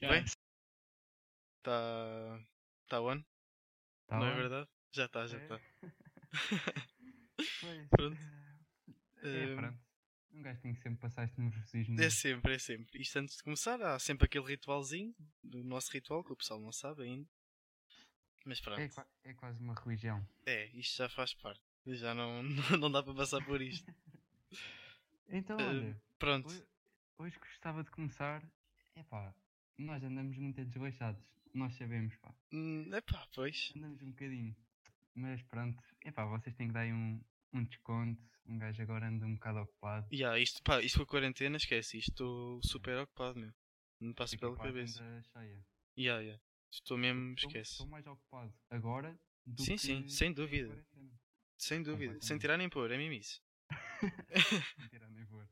Tá Bem, Está. Está tá on? Tá não é bom? verdade? Já está, já tá. É. está. Pois, Pronto. eh, é, Hum. pronto. Hum. Um gajo tem que sempre passar este nervosismo. É sempre, é sempre. Isto antes de começar, há sempre aquele ritualzinho do nosso ritual que o pessoal não sabe ainda. Mas pronto, É, qua- é quase uma religião. é, isto já faz parte. Já não, não dá para passar por isto. Então, Eh, olha, Pronto, ho- hoje gostava de começar. Epá, nós andamos muito desleixados. Nós sabemos, pá. Hum, epá, pois. Andamos um bocadinho. Mas pronto, epá, vocês têm que dar aí um, um desconto. Um gajo agora anda um bocado ocupado. Ya, isto, pá, isto com a quarentena, esquece, isto estou super ocupado, meu. Me passa Fica pela quase cabeça. anda cheia. Ya, ya. Estou mesmo, Estou- esquece. Estou mais ocupado agora do Sim, que sim, sem na dúvida. quarentena. Sem dúvida, sem completamente. tirar nem pôr, é mesmo isso. Mentira, nem vou.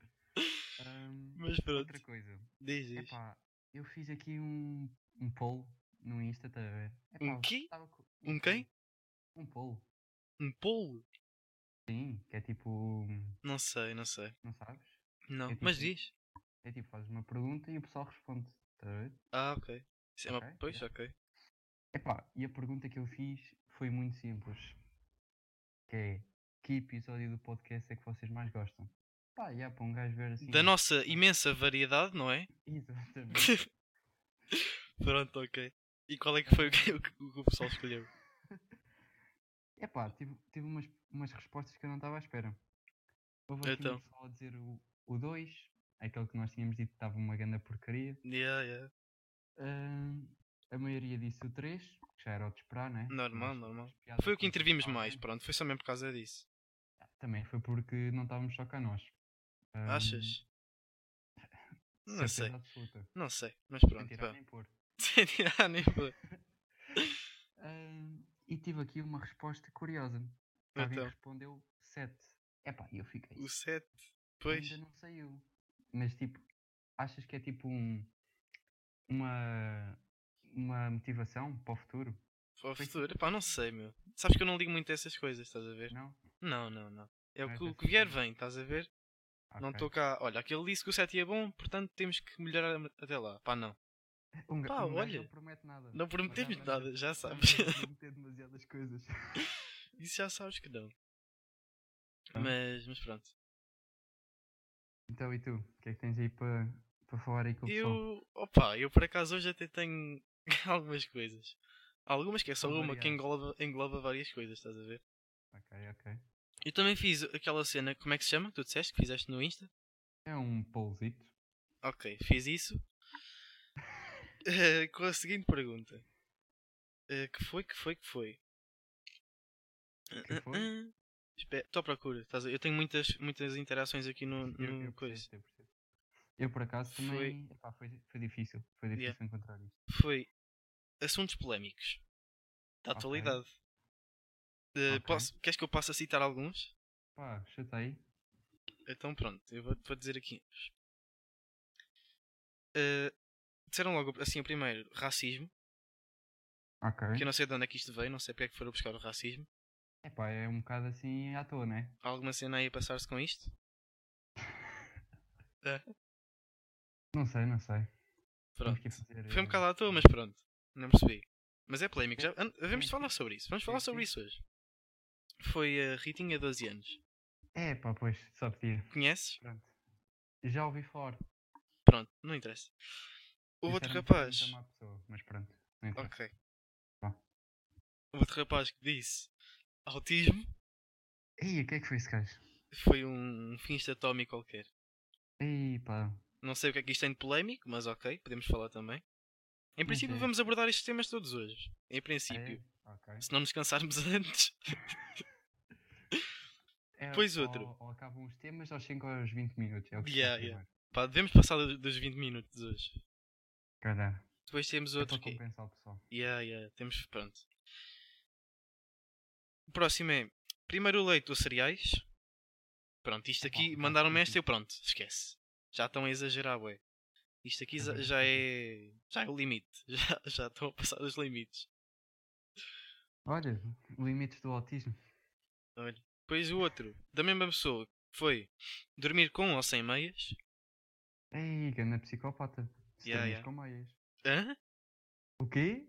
Ahm, Mas pronto, outra coisa. diz, diz. Epá, eu fiz aqui um, um poll no Insta, estás a ver? Epá, Um quê? tava co- Um quem? Um poll. Um polo? Sim, que é tipo. Não sei, não sei. Não sabes? Não, É mas tipo- diz. É tipo, fazes uma pergunta e o pessoal responde, estás a ver? Ah, ok. Isso é uma- Ok, Pois, yeah. ok. Epá, e a pergunta que eu fiz foi muito simples. Que é, que episódio do podcast é que vocês mais gostam? Pá, e há para um gajo ver assim... Da nossa imensa variedade, não é? Exatamente. Pronto, ok. E qual é que foi o que o, que- o que o pessoal escolheu? Epá, tive, tive umas, umas respostas que eu não estava à espera. Houve aqui Então. um pessoal a dizer o 2, aquele que nós tínhamos dito que estava uma grande porcaria. Yeah, yeah. Ahn, a maioria disse o 3, que já era o de esperar, né? Normal, Mas normal. as piadas Foi o que com intervimos pessoal, mais, né? pronto. Foi só mesmo por causa disso. Também foi porque não estávamos só cá nós. Ah, Ahm, Achas? Não certeza sei, absoluta. não sei. Mas Sem pronto, tirar vá. nem pôr. Sem tirar nem pôr. Ahn, Ah, e tive aqui uma resposta curiosa. Alguém Então. respondeu 7. Epá, e eu fiquei. O 7, pois. Ainda não saiu. Mas tipo, achas que é tipo um uma uma motivação para o futuro? Para o Foi futuro. Epá, não sei, meu. Sabes que eu não ligo muito a essas coisas, estás a ver? Não? Não, não, não. É Não é o que, o tanto que vier assim. vem, estás a ver? Não Ok. estou cá. Olha, aquele disse que o 7 é bom, portanto temos que melhorar até lá. Pá, não. Um, ga- Pá, um gajo olha, não promete nada. Não Mas prometemos já nada, anda- já já anda sabes. a prometer demasiadas coisas. Isso já sabes que não. Ah. Mas, mas pronto. Então e tu? O que é que tens aí para para falar aí com o pessoal? Eu. Opa, eu por acaso hoje até tenho algumas coisas. Algumas que é só São uma que variadas. engloba, engloba várias coisas, estás a ver? Ok, ok. Eu também fiz aquela cena, como é que se chama? Que tu disseste que fizeste no Insta? É um polzito. Ok, fiz isso. Eh, com a seguinte pergunta. Eh, que foi, que foi, que foi? Eh, Que foi? Espera, estou à procura. estás a- Eu tenho muitas, muitas interações aqui Eu- eu no, no percebo, coisa. eu percebo. Eu por acaso Hum, Foi- também. Epá, foi, foi difícil. Foi difícil Yeah. encontrar isto. Foi assuntos polémicos da Ok. atualidade. Eh, Ok. posso- queres que eu passe a citar alguns? Pá, chuta aí. Então pronto, eu vou, vou dizer aqui. uns. Eh, disseram logo assim o primeiro, racismo. Ok. Que eu não sei de onde é que isto veio, não sei porque é que foram buscar o racismo. Epá, é um bocado assim à toa, né? Há alguma cena aí a passar-se com isto? Não sei, não sei. Pronto. Temos que fazer, Foi um eh, bocado à toa, mas pronto. Não percebi. Mas é polémico. Já, an- vamos sim. falar sobre isso. Vamos Sim, falar sobre sim. isso hoje. Foi a Ritinha, 12 anos. É, pá, pois, só pedir. Conheces? Pronto. Já ouvi falar. Pronto, não interessa. Houve outro Disseram que era rapaz. muita má pessoa, mas pronto. não interessa. Ok. Vá. Houve outro rapaz que disse autismo. Ei, o que é que foi esse gajo? Foi um finsta Tommy qualquer. Ei, pá. Não sei o que é que isto tem de polémico, mas ok, podemos falar também. Em princípio, Ok. vamos abordar estes temas todos hoje. Em princípio. É, ok. Se não nos cansarmos antes. É, Depois ou- outro. Ou acabam os temas aos 5 aos 20 minutos. É o que se Yeah, faz yeah. primeiro. Pá, devemos passar do- dos 20 minutos hoje. Caralho. Depois temos É outro para que compensar o pessoal. Yeah, yeah, temos. Pronto. O próximo é. Primeiro o leite ou cereais. Pronto, isto Epá, aqui. ok, Mandaram-me sim, esta e eu pronto, esquece. Já estão a exagerar, ué. Isto aqui za- Também já é. Já é o limite. Já, já estão a passar dos limites. Olha, limites do autismo. Olha. Depois o outro, da mesma pessoa, foi dormir com ou sem meias. Ei, grande psicopata. Se dormires Yeah, yeah. com meias. Hã? O quê?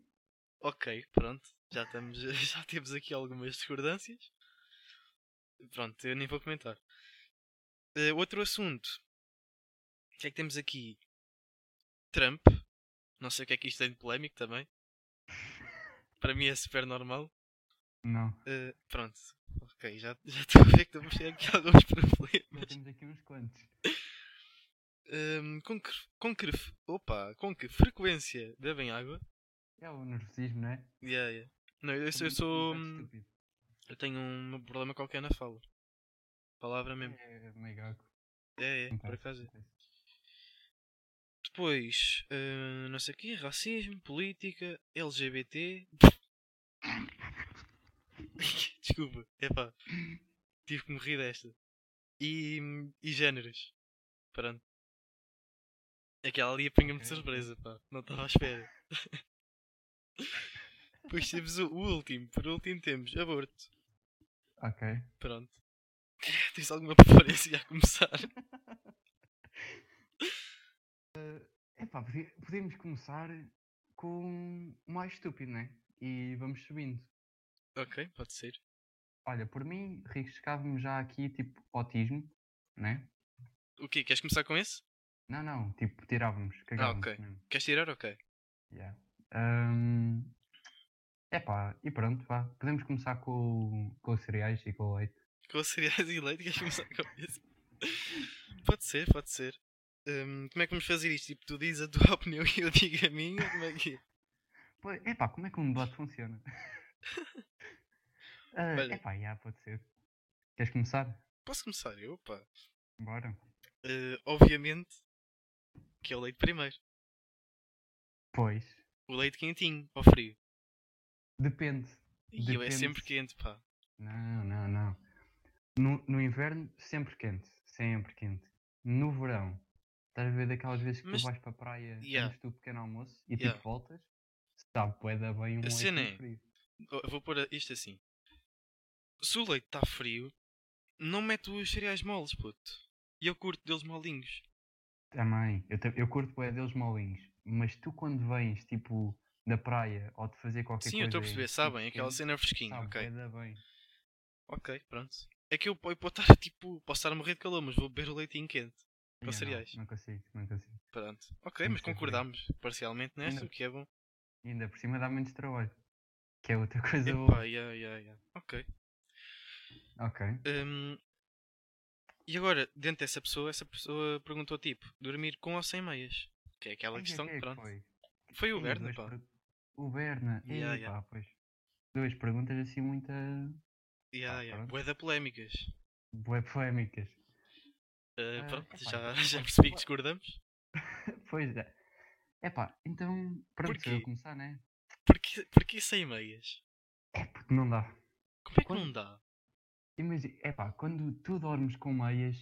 Ok, pronto. Já, estamos, já temos aqui algumas discordâncias. Pronto, eu nem vou comentar. Eh, outro assunto. O que é que temos aqui? Trump. Não sei o que é que isto tem de polémico também. Para mim é super normal. Não. Eh, pronto. Ok, já, já estou a ver que estamos a ter aqui alguns Já problemas. temos aqui uns quantos. Ehm, com, que, com, que, f- opa, com que frequência bebem água? É o nervosismo, não é? Yeah, yeah. Não, eu, eu sou- eu Somos um sou. hum, bocado estúpidos. Eu tenho um problema qualquer na fala. Palavra mesmo. É meio gago. É, é, por Acontece, acaso. é. acontece. Depois, eh, não sei o quê, racismo, política, LGBT. Desculpa, epá. Tive que me rir desta. E, e géneros. Pronto. Aquela ali apanha-me de Ok. surpresa, pá. Não estava à espera. Depois temos o o último. Por último temos aborto. Ok. Pronto. Tens alguma preferência a começar? Epá, podi- podemos começar com o mais estúpido, né? E vamos subindo. Ok, pode ser. Olha, por mim, riscávamos já aqui, tipo, autismo, né? O quê? Queres começar com esse? Não, não, tipo, tirávamos, cagávamos Ah, ok. mesmo. Queres tirar? Ok. Yeah. Ahm, epá, e pronto, vá. Podemos começar com, com os cereais e com o leite. Com cereais e leite, queres começar com esse? pode ser, pode ser. Hum, como é que vamos fazer isto? Tipo, tu dizes a tua opinião e eu digo a minha? Como é que é? Pô, Epá, como é que um debate funciona? Ah, Olha. epá, já, pode ser. Queres começar? Posso começar eu, pá? Bora. Eh, obviamente que é o leite primeiro. Pois, O leite quentinho, ao frio. depende. E eu é Depende. sempre quente, pá. Não, não, não. No, no inverno, sempre quente. Sempre quente. No verão, estás a ver daquelas vezes que Mas- tu vais para a praia Yeah. antes do pequeno almoço e Yeah. tipo voltas, sabe, bué da bem um A leite cena no é- frio. Eu vou pôr isto assim. Se o leite está frio, não mete os cereais moles, puto. E eu curto deles molinhos. Também, eu, ta- eu curto bué deles molinhos, mas tu quando vens, tipo, da praia ou de fazer qualquer coisa... Sim, eu estou a perceber, tipo sabem? Aquela quente, cena fresquinha, sabe é. ok. bué da bem. Ok, pronto. É que eu, po- eu posso estar, tipo, posso estar a morrer de calor, mas vou beber o leitinho quente. Com Yeah, cereais. Não, não consigo, não consigo. Pronto. Ok, Sim, mas sim, sim. concordámos parcialmente nesta, Ainda- o que é bom. E ainda por cima dá menos trabalho, que é outra coisa boa. Epá, yeah, yeah, yeah. Ok. Ok. Hum, e agora, dentro dessa pessoa, essa pessoa perguntou, tipo, dormir com ou sem meias? Que é aquela Quem é questão que que, é que pronto. Foi, foi? o Ih, Berna, duas pá. per- O Berna, Ya, yeah, ya. pois. Duas perguntas assim muita Yeah, pá, yeah. Ah, pronto. Bué da polémicas. bué polémicas. Uh, Ah, pronto, epá, já, então, já pá, percebi que pá. discordamos. Pois é. Epá, então, pronto, sou eu Porquê? a começar, né? Porquê, porquê sem meias? É porque não dá. Como é que Quando- não dá? Imagina, epá, quando tu dormes com meias,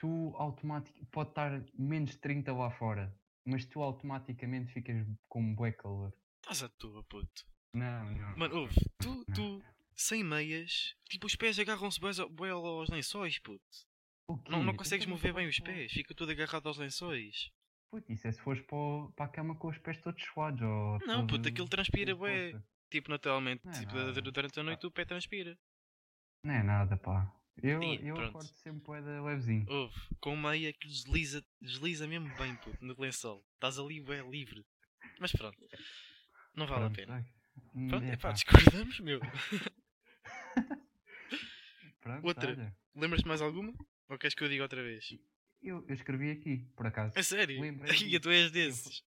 tu automaticamente, pode estar menos 30 lá fora, mas tu automaticamente ficas com bué calor. Estás à toa, puto. Não, não. Mano, ouve, tu, tu, sem meias, tipo, os pés agarram-se bué ao- bué aos lençóis, puto. O Não, quê? Então não Tu consegues também mover vais bem os para- pés, fica tudo agarrado aos lençóis. Puto, isso é se fores para, o- para a cama com os pés todos suados ou... Não, puto, todo aquilo transpira bué. exposto. Tipo, naturalmente, Não é tipo, nada. dur- durante a noite o pé transpira. Não é nada, pá. Eu, Ih, eu pronto. acordo sempre bué da levezinho. Ouve, com meia que desliza, desliza mesmo bem, puto, no lençol. Estás ali, bué, livre. Mas pronto, não vale a Pronto, pena. ok. Hum, Pronto, é epá, pá, discordamos, meu. pronto, outra. olha. Lembras-te de mais alguma? Ou queres que eu diga outra vez? Eu, eu escrevi aqui, por acaso. A sério? Lembrei-me Ia, tu és Eu- desses.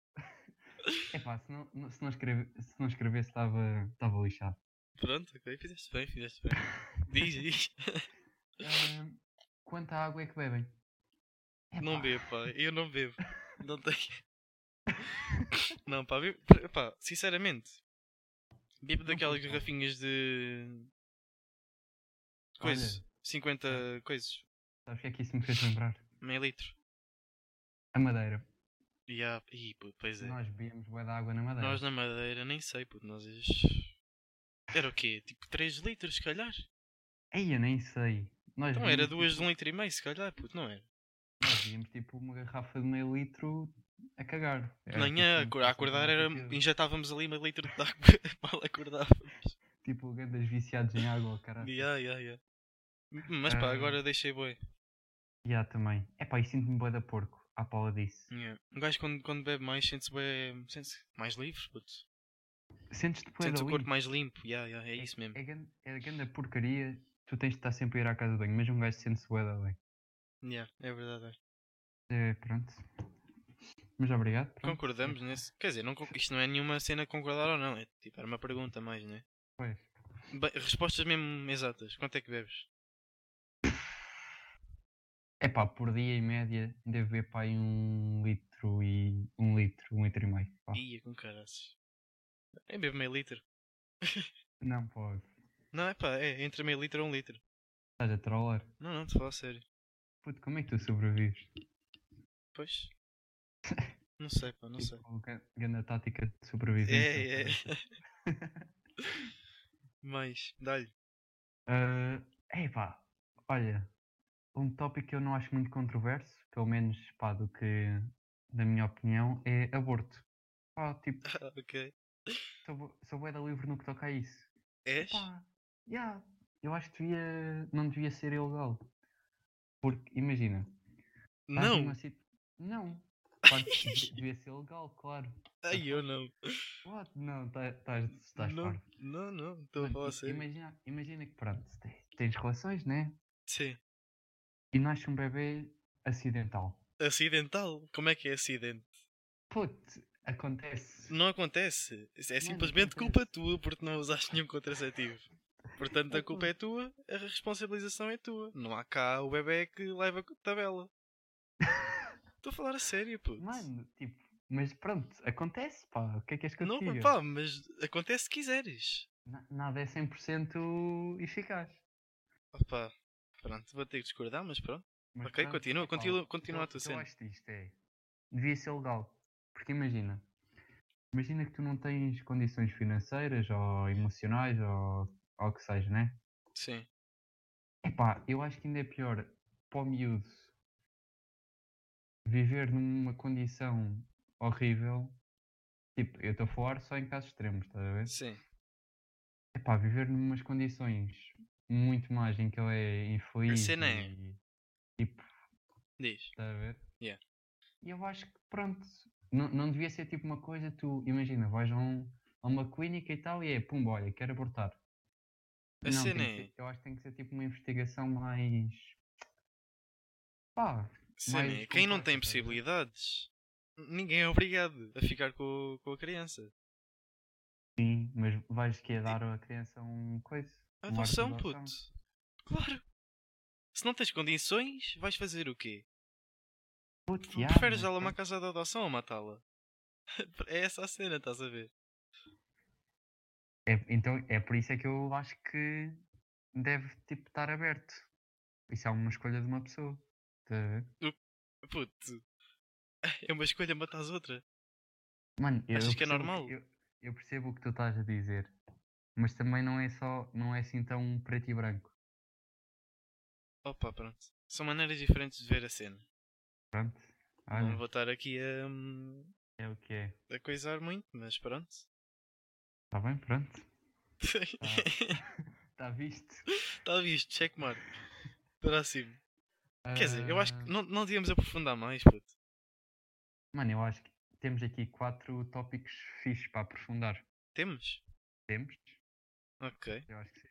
Epá, se não, não- se não, escreve, se não escrevesse estava estava lixado. Pronto, ok, fizeste bem, fizeste bem. Diz, diz. Ahm, quanta água é que bebem? Não Epá, bebo, pá. Eu não bebo. Não tenho. não, pá, bebo... pá, sinceramente. Bebo Não daquelas pode, pá. garrafinhas de. Coisas. é. 50 coisas. Sabes o que é que isso me fez lembrar? Meio litro. A madeira. E há. Ih, puto, pois é. Nós bebíamos bué de água na madeira. Nós na Madeira nem sei, puto. Nós. Era o quê? Tipo 3 litros, se calhar? Ei, eu nem sei. Nós Não, Então, era bebíamos, duas de tipo, é? 1 litro e meio, se calhar, puto, não era? Nós bebíamos tipo uma garrafa de meio litro a cagar. De Era manhã, tipo, acor- a acordar, era, tipo, injetávamos ali meio litro de água. Mal acordávamos. Tipo, grandes viciados em água, caralho. Yeah, yeah, yeah. Mas pá, Ah. agora deixei boi. Ya, também. É pá, e sinto-me bué da porco. À Paula disse. Yeah. Um gajo quando, quando bebe mais sente-se bem, sente-se mais livre, puto. Sentes-te bué Sente da Hum. o corpo livre. mais limpo, yeah, yeah, é isso mesmo. É grande, é grande porcaria. Tu tens de estar sempre a ir à casa de banho, mas um gajo sente-se bué da bem. Yeah, é verdade. é. É, pronto. Mas obrigado. pronto. Concordamos nesse. Quer dizer, não, con- isto não é nenhuma cena concordar ou não, é tipo, era uma pergunta mais, né? Pois. Bem, respostas mesmo exatas. Quanto é que bebes? É pá, por dia em média deve ver pá aí um litro e. um litro, um litro e meio. pá. Ia com caraças. Eu bebo meio litro. Não pode. Não, é pá, é entre meio litro e um litro. Estás a trollar? Não, não, te falo a sério. Puto, como é que tu sobrevives? Pois. Não sei, pá, não sei. Tipo, gra- grande tática de sobrevivência. tá É, é. parece. Mas, dá-lhe. Ah, epá, olha, um tópico que eu não acho muito controverso, pelo menos pá, do que da minha opinião, é aborto. Pá, tipo, Ah, ok. sou, bué- sou bué da livre no que toca a isso. És? Pá, yeah, eu acho que devia, não devia ser ilegal. Porque, imagina, estás Não! numa situ- Não, claro que devia- devia ser legal, claro. Ai, eu não. What? Não, tá, estás Não, não, não, estou a Mano, falar a i- sério. imagina, imagina que pronto, te- tens relações, né? Sim. E nasce um bebê acidental. Acidental? Como é que é acidente? Puto, acontece. Não acontece. Isso É Mano, simplesmente acontece. culpa tua porque não usaste nenhum contraceptivo. Portanto, a culpa é tua, a responsabilização é tua. Não há cá o bebê que leva a tabela. Estou a falar a sério, puto. Mano, tipo, mas pronto, acontece, pá. O que é que és que eu não, te diga? pá, mas acontece se quiseres. Na- Nada é 100% eficaz. Opa, pronto, vou ter que discordar, mas pronto. Mas ok, pronto, continua, epá, continua, eu- continua a tua eu cena. acho isto é. Devia ser legal. Porque imagina. Imagina que tu não tens condições financeiras ou emocionais ou, ou o que seja, né? Sim. Epá, eu acho que ainda é pior para o miúdo viver numa condição horrível. Tipo, eu estou a falar só em casos extremos, estás a ver? Sim. Epá, viver numas condições muito mais em que ele é infeliz cena é- e tipo, Diz. estás a ver? Yeah. E eu acho que pronto, não, não devia ser tipo uma coisa, tu imagina, vais a, um- a uma clínica e tal e é pumba, olha, quero abortar. A tem cena que é. ser- eu acho que tem que ser tipo uma investigação mais. Pá, a cena mais né? é, Quem não complexa, tem estás a ver? possibilidades, ninguém é obrigado a ficar com, o- com a criança. sim, mas vais que é dar à criança um coisa. um ato de Adoção, adoção. puto. Claro. Se não tens condições, vais fazer o quê? Putz, é Tu já, preferes mano, dá-la a uma pronto. casa de adoção ou matá-la? É essa a cena, estás a ver? É- então é por isso é que eu acho que deve tipo estar aberto. Isso é uma escolha de uma pessoa. estás a ver? Puto. É uma escolha, matas outra. Mano, eu Achas que é percebo o normal? Eu, eu percebo o que tu estás a dizer, mas também não é só, não é assim tão preto e branco. Opa, pronto. São maneiras diferentes de ver a cena. Pronto, Não olha, vou estar aqui a, hum, é o que é. a coisar muito, mas pronto. Está bem, pronto. Está Está visto. visto, checkmate. Próximo. Quer dizer, eu acho que Ah, não, não devíamos aprofundar mais, puto. Mano, eu acho que temos aqui quatro tópicos fixos para aprofundar. Temos? Temos? Ok. Eu acho que sim.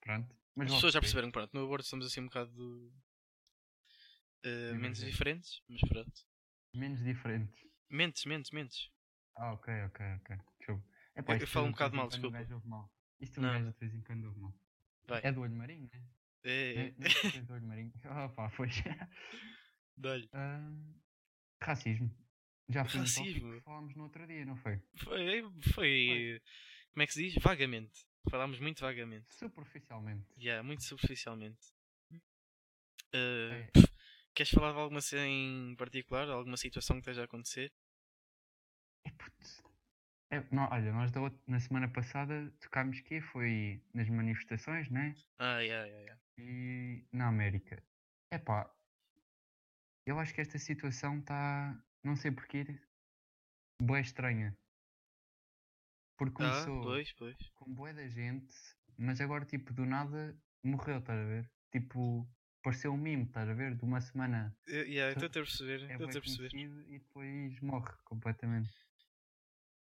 Pronto. Mas As logo pessoas já a seguir. perceberam que pronto, no aborto somos assim um bocado eh, mentes Divergentes. diferentes, mas pronto. Menos diferentes. Mentes, mentes, mentes. Ah, ok, ok, ok. Desculpa. É Eu- eu isto falo um de vez bocado em quando mal, um desculpa. gajo ouve mal. Isto um Não, gajo não. de vez em quando ouve mal. Vai. É do olho marinho, né? É, Não- é, não sei se é do olho marinho. Ah, pá, pois. dá-lhe. Ahm, racismo. Já foi um tópico Racismo? que falámos no outro dia, não foi? Foi, foi. Como é que se diz? Vagamente. Falámos muito vagamente. Superficialmente. Yeah, muito superficialmente. Eh, É. pff, queres falar de alguma cena em particular? Alguma situação que esteja a acontecer? É puto. É, não, olha, nós da outra- na semana passada tocámos que foi nas manifestações, né? Ah, yeah, yeah, yeah. E na América. Epá, eu acho que esta situação está. tá, Não sei porquê, Boé estranha. Porque Ah, começou pois, pois. com boé da gente, mas agora tipo do nada morreu, estás a ver? Tipo, pareceu um mimo, estás a ver? De uma semana Eh, yeah, Então, estou a perceber, é estou a bué perceber. conhecido e depois morre completamente.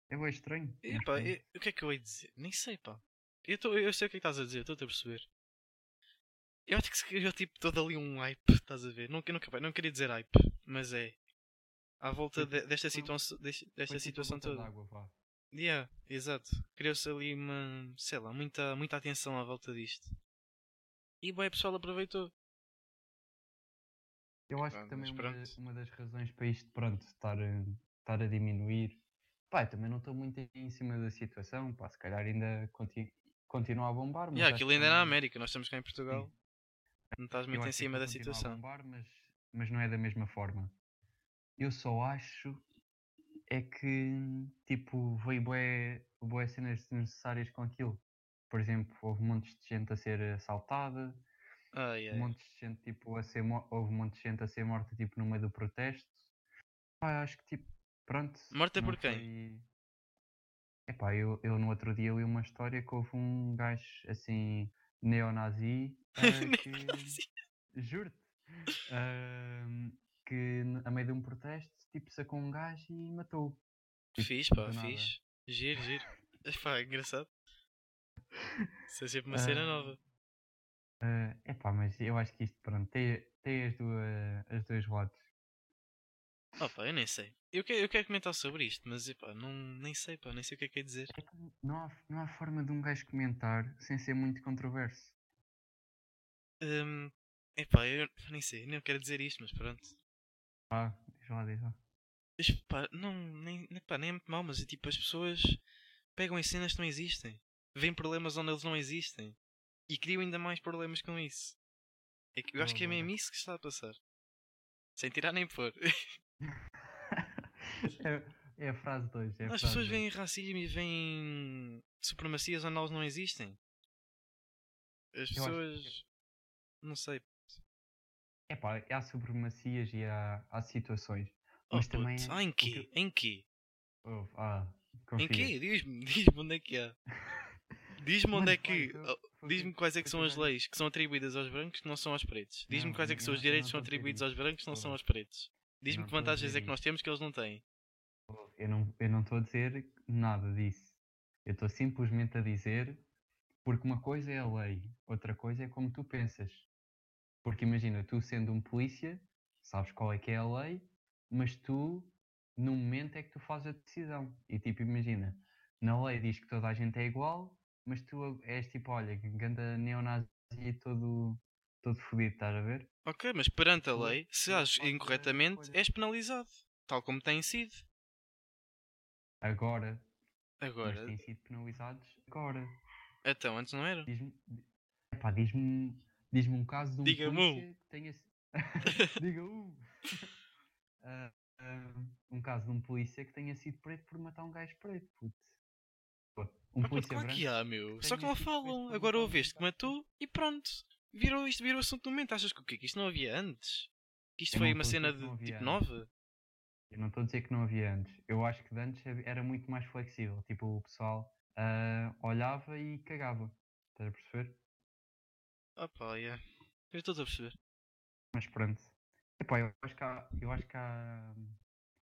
É boé estranho. mas Epá, pronto. eh, o que é que eu ia dizer? Nem sei, pá. Eu, tô- eu sei o que é que estás a dizer, estou a perceber. Eu acho que se criou tipo todo ali um hype, estás a ver? Não, eu nunca, não queria dizer hype, mas é. À volta Foi tipo- de- desta, foi- situa desta, Foi desta tipo a situação gota toda. d'água, vá. Yeah, exato. Criou-se ali uma, sei lá, muita, muita atenção à volta disto. E bem, o pessoal aproveitou. Eu acho Epá, que também mas uma, da- pronto. uma das razões para isto, pronto, estar, a- estar a diminuir. Pá, eu também não estou muito em cima da situação, pá, se calhar ainda conti- continua a bombar. Mas Yeah, acho aquilo que ainda é na também- América, nós estamos cá em Portugal. Não estás eu muito acho em que cima da aquilo continua a situação. bombar, mas, mas não é da mesma forma. Eu só acho é que, tipo, veio bué, bué cenas desnecessárias com aquilo. Por exemplo, houve montes de gente a ser assaltada, Ai, ai. um monte de gente tipo, a ser mo- houve um monte de gente a ser morta tipo, no meio do protesto. Pá, acho que tipo, pronto. Morta não por quem? foi- Epá, eu, eu no outro dia li uma história que houve um gajo assim, neonazi, ah, que- Neonazi. juro-te, ah, que no- a meio de um protesto tipo, sacou um gajo e matou. Tipo, Fiz, pá, do nada. fiz. Giro, giro. Pá, engraçado. Isso é sempre uma cena Ah, nova. Ah, epá, mas eu acho que isto, pronto, tem, tem as duas, as dois lados. Oh, pá, eu nem sei. Eu, que, eu quero comentar sobre isto, mas epá, não, nem sei, pá, nem sei o que é que é dizer. É que não há, não há forma de um gajo comentar sem ser muito controverso. Hum, epá, eu nem sei, nem quero dizer isto, mas pronto. Pá, diz lá, diz lá. Mas, pá, não, nem, nem- pá, nem é muito mal, mas é tipo, as pessoas pegam em cenas que não existem. Vêem problemas onde eles não existem. E criam ainda mais problemas com isso. É que, eu acho que é Agora. mesmo isso que está a passar. Sem tirar nem pôr. é, é a frase 2. É a As frase pessoas dois. veem racismo e veem supremacias onde elas não existem. As Eu acho que- pessoas. Não sei. É pá, há supremacias e há, há situações. Oh, Mas puto, também é Ah, em o que quê? Em quê? eu- Ah, Em confia. quê? Diz-me, diz-me onde é que há. Diz-me Mano, onde é claro, que. eu- oh, foi o que- Diz-me quais é que foi são as também- leis que são atribuídas aos brancos que não são aos pretos. Diz-me Não, quais é eu- que eu são os não- eu direitos não que estou são a dizer atribuídos isso, aos brancos que não por são favor. aos pretos. Diz-me não que estou a vantagens dizer é que nós temos que eles não têm. Eu não eu não estou a dizer nada disso. Eu estou simplesmente a dizer porque uma coisa é a lei, outra coisa é como tu pensas. Porque imagina, tu sendo um polícia, sabes qual é que é a lei, mas tu, no momento, é que tu fazes a decisão. E tipo, imagina, na lei diz que toda a gente é igual, mas tu a- és tipo, olha, ganda neonazi todo, todo fodido, estás a ver? Ok, mas perante a Não- lei, se não ages pode ser incorretamente, escolha. és penalizado. Tal como tem sido. Agora, mas Agora, têm sido penalizados agora. então, antes não era? Diz-me. Epá, diz-me. Diz-me um caso de um Diga-me um. polícia que tenha. si- Diga um. Ah, ah, um caso de um polícia que tenha sido preto por matar um gajo preto, puto. Pô, Um Ah, puto, polícia claro branco. que há, meu. Só tenha que não sido preso falam. por Agora matar ouveste tipo um que gajo matou e pronto. Virou isto, virou assunto do momento. Achas que o quê? Que isto não havia antes? Que isto Eu foi não uma estou a cena dizer que de É não havia antes. tipo nova? é? Eu não estou a dizer que não havia antes. Eu acho que de antes hav- era muito mais flexível. Tipo, o pessoal ah, olhava e cagava. Estás a perceber? Ah pá, yeah. Eu estou a perceber. Mas pronto. Epá, eu acho que há, eu acho que há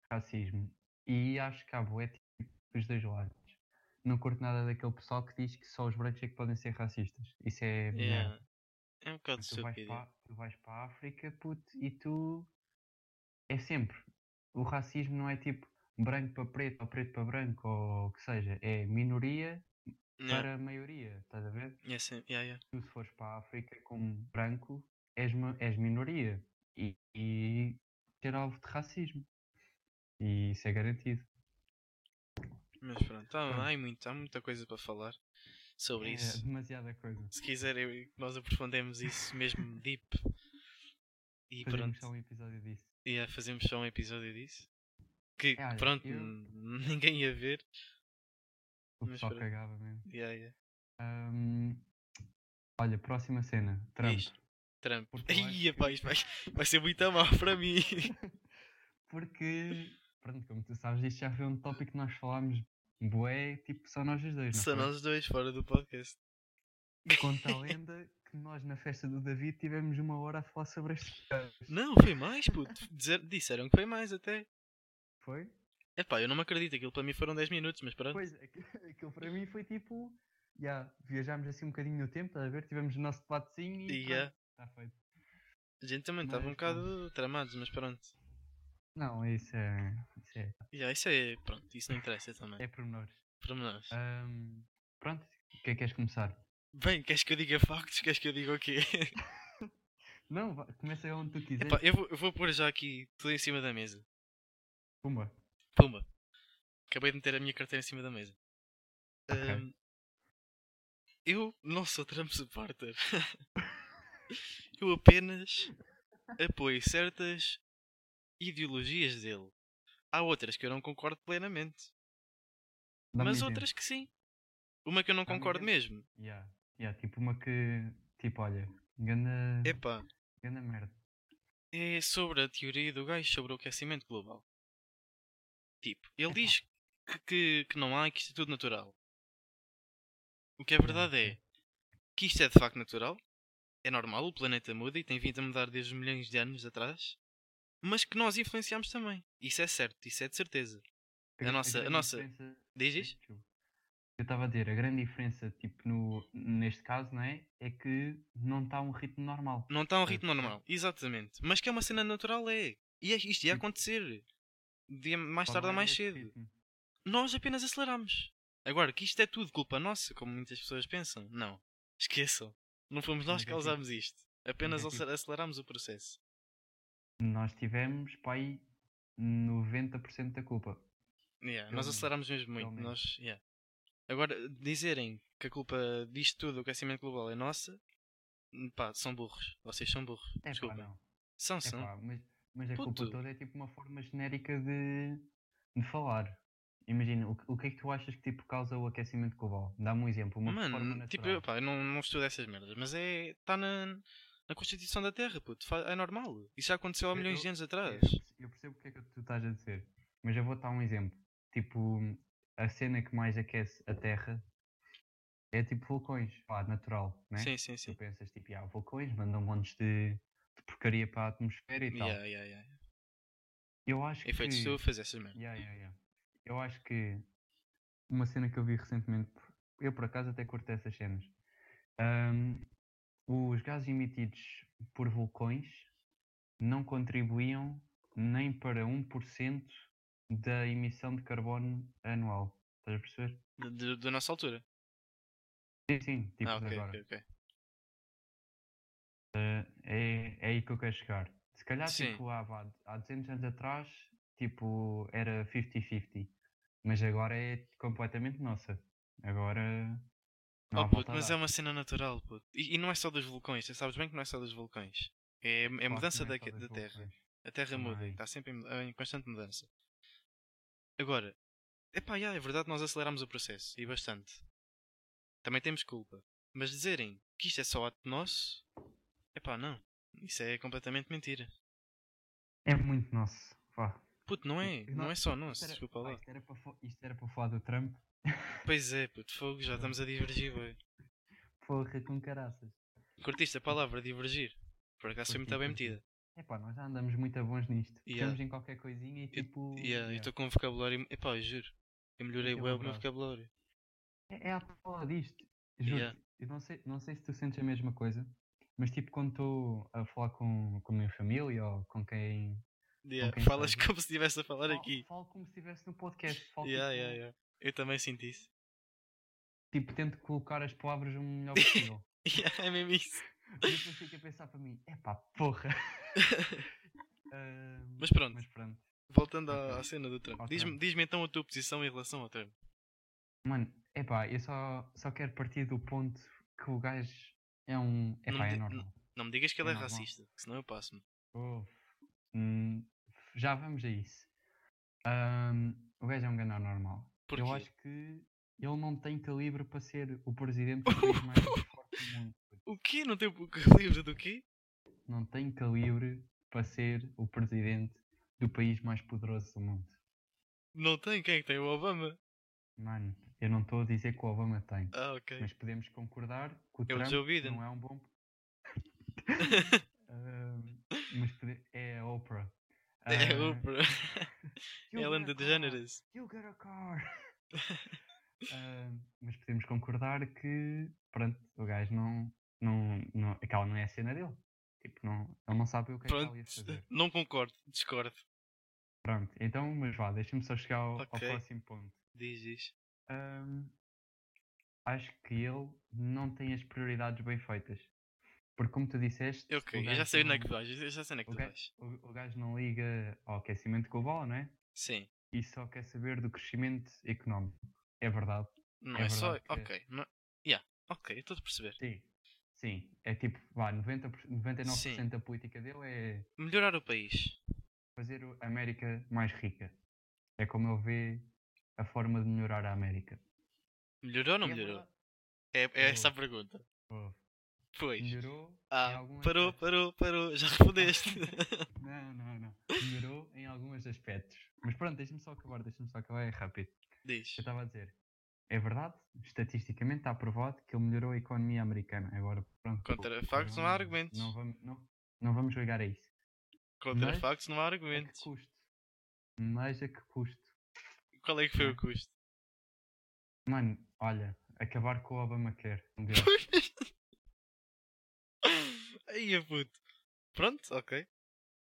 racismo. E acho que há bué tipo, dos dois lados. Não curto nada daquele pessoal que diz que só os brancos é que podem ser racistas. Isso é merda. Yeah. É um bocado Tu vais, estúpido. para, tu vais para a África, puto, e tu é sempre. O racismo não é tipo branco para preto ou preto para branco ou o que seja. É minoria Yeah. para maioria. Estás a ver? Yeah, sim. yeah, yeah. tu se fores para a África como branco, és, ma- és minoria e, e ser alvo de racismo. E isso é garantido. Mas pronto, Tá Pronto. há, há, muito, há muita coisa para falar sobre É isso. demasiada coisa. Se quiserem, nós aprofundemos isso mesmo deep. E Fazemos pronto. só um episódio disso. Yeah, fazemos só um episódio disso. Que É, olha, pronto, eu- n- ninguém ia ver. O Mas pessoal pronto. cagava mesmo. Yeah, yeah. Ahm, olha, próxima cena. Trump. Isto. Trump. Porque eu acho Ia, que- pá, isto vai, vai ser muito mal para mim. Porque Pronto, como tu sabes, isto já foi um tópico que nós falámos bué, tipo, só nós os dois, não foi? Só nós os dois fora do podcast. Conta a lenda que nós na festa do David tivemos uma hora a falar sobre estes caras. Não, foi mais, puto. Dizer- disseram que foi mais até. Foi? Epá, eu não me acredito, aquilo para mim foram 10 minutos, mas pronto. Pois, aqu- aquilo para mim foi tipo, já, viajámos assim um bocadinho no tempo, estás a ver? Tivemos o nosso debatezinho e E, já. está feito. A gente também estava um Mas, bocado tramados, mas pronto. Não, isso é, isso é, Já, isso é. Pronto, isso não interessa também. é Ah. pormenores. Pormenores. Ahm, pronto, o que é que queres começar? Bem, queres que eu diga factos? Queres que eu diga o quê? Não, vá, começa onde tu quiseres. Epá, eu vou, eu vou pôr já aqui tudo em cima da mesa. Pumba. Pumba! Acabei de meter a minha carteira em cima da mesa. Ok. Ahm, eu não sou Trump supporter. eu apenas apoio certas ideologias dele. Há outras que eu não concordo plenamente, Dá-me mas exemplo. outras que sim. Uma que eu não Dá-me Uhum. concordo mesmo. Ya, ya, tipo uma que. Tipo, olha, ganda, Epá, ganda merda. é sobre a teoria do gajo sobre o aquecimento global. Tipo, ele Epá. diz que, que, que não há e que isto é tudo natural. O que é verdade é que isto é de facto natural, é normal, o planeta muda e tem vindo a mudar desde milhões de anos atrás, mas que nós influenciamos também. Isso é certo, isso é de certeza. A nossa- a grande nossa- diferença- Diz isto? Desculpa. Eu estava a dizer, a grande diferença, tipo, no, neste caso, não é? É que não está um ritmo normal. Não está um ritmo normal, exatamente. Mas que é uma cena natural, é. E é- isto ia acontecer. Dia- mais Só tarde ou não é mais esse cedo. ritmo. nós apenas aceleramos. Agora, que isto é tudo culpa nossa, como muitas pessoas pensam. Não. Esqueçam. Não fomos nós que Negativo. causámos isto. Apenas Negativo. ace- aceleramos o processo. Nós tivemos, pai, 90% da culpa. Yeah, Pelo nós menos. aceleramos mesmo muito. Pelo menos. Nós, yeah. Agora, dizerem que a culpa disto tudo, o aquecimento global, é nossa, pá, são burros. Vocês são burros. É pá, Desculpa. não. São, É são. pá, mas, mas a Puto. culpa toda é tipo uma forma genérica de, de falar. Imagina, o, que- o que é que tu achas que tipo causa o aquecimento global? Dá-me um exemplo, uma forma Mano, natural. tipo, eu, pá, eu não, não estudo essas merdas, mas é. Está na, na Constituição da Terra, puto. Fa- É normal. Isso já aconteceu há Eu- milhões eu- de anos É, atrás. Eu, perce- eu percebo o que é que tu estás a dizer, mas eu vou dar um exemplo. Tipo, a cena que mais aquece a Terra é tipo vulcões, pá, natural, né? Sim, sim, Tu sim. pensas, tipo, ah, vulcões mandam montes de, de porcaria para a atmosfera e tal. Yeah, yeah, yeah. Eu acho Efeitos de que... estufas, essas merdas. Yeah, yeah, yeah. Eu acho que uma cena que eu vi recentemente, por- eu por acaso até curto essas cenas. Ahm, os gases emitidos por vulcões não contribuíam nem para 1% da emissão de carbono anual. Estás a perceber? Da- da- da nossa altura. Sim, sim, tipo ah, de ok, agora. ok, ok. É, é aí que eu quero chegar. Se calhar, Sim. tipo, há, vá, há 200 anos atrás, tipo, era 50-50. Mas agora é completamente nossa. Agora. Não há Oh, volta puto, a mas dar. é uma cena natural, puto. E, e não é só dos vulcões, tu sabes bem que não é só dos vulcões. É, é Claro que mudança não da, é só ca- da das Terra. vulcões. A Terra muda, Também. está sempre em, muda- em constante mudança. Agora, epá, já, é verdade, nós aceleramos o processo, e bastante. Também temos culpa. Mas dizerem que isto é só ato nosso, epá, não. Isso é completamente mentira. É muito nosso. Vá. Puto, não é, Eu- eu não não- é só nosso, Isto era- desculpa ah, lá. Isto era para fa- isto era para falar do Trump. Pois é, puto, fogo, já estamos a divergir, boi. Porra com caraças. Curtiste a palavra divergir. Por acaso foi Curti, muito bem curti. metida. Epá, nós já andamos muito a bons nisto. Yeah. Estamos em qualquer coisinha e tipo. Yeah, Eu yeah. estou com um vocabulário. Epá, eu juro. Eu melhorei Muito bué o meu elaborado. vocabulário. É, é à fala disto. Juro. Yeah. Eu não sei, não sei se tu sentes a mesma coisa, mas tipo quando estou a falar com, com a minha família ou com quem. Yeah, quem Falas sabe. como se estivesse a falar Falo- aqui. Falo como se estivesse no podcast. Falo Yeah, tipo, yeah, yeah. Eu também senti isso. tipo, tento colocar as palavras o melhor possível. Yeah, é mesmo isso. E depois fico a pensar para mim, epá, porra. Ahm, Mas pronto, mas pronto. voltando à, ok. à cena do Trump. Ao Diz-me Trump. diz então a tua posição em relação ao Trump. Mano, epá, eu só, só quero partir do ponto que o gajo é um. Não Epá, me é di- normal. Não me digas que ele é, É normal. racista, que senão eu passo-me. Uf, hum, já vamos a isso. Ahm, o gajo é um ganhar normal. Porquê? Eu acho que ele não tem calibre para ser o presidente do país mais forte do mundo. O quê? Não tem o calibre do quê? Não tem calibre para ser o presidente do país mais poderoso do mundo. Não tem? Quem é que tem? O Obama? Mano, eu não estou a dizer que o Obama tem. Ah, ok. Mas podemos concordar que o É o Trump Joe Biden. não é um bom. Ahm, mas pode- é a Oprah. É Ah, o Oprah. É "You Ellen get a DeGeneres. car, You get a car. Ahm, mas podemos concordar que, pronto, o gajo não. não, não aquela não é a cena dele. Tipo, não, ele não sabe o que é que Pronto, ele ia fazer. não concordo, discordo. Pronto, então, mas vá, deixa-me só chegar ao, ao Ok. próximo ponto. Diz, diz. Ahm, acho que ele não tem as prioridades bem feitas. Porque, como tu disseste. Ok, o eu gajo já sei onde é não- que vais, eu já sei onde é que tu Ok. vais. O, o gajo não liga ao aquecimento global, não é? Sim, E só quer saber do crescimento económico. É verdade. não É é, só. verdade que- Ok, não... yeah, ok, eu estou a perceber. Sim. Sim. É tipo, vá, 90, 99% Sim. da política dele é Melhorar o país. fazer o- a América mais rica. É como ele vê a forma de melhorar a América. Melhorou ou não E é melhorou? verdade. É, é Melhorou. essa a pergunta. Pô, Pois. Melhorou em Ah, algum parou, aspecto. parou, parou. Já respondeste. Não, não, não. Melhorou em alguns aspectos. Mas pronto, deixa-me só acabar, deixa-me só acabar, é rápido. Diz. Eu estava a dizer, é verdade, estatisticamente está provado que ele melhorou a economia americana. Agora, pronto. tipo, Contra não factos não há vamos- argumentos. Não vamos, não, não vamos ligar a isso. Contra mas- factos não há A que argumentos. custo? Mas a que custo? Qual é que foi o custo? Mano, olha, acabar com o Obamacare. um deus. Aí a é puto. Pronto, ok.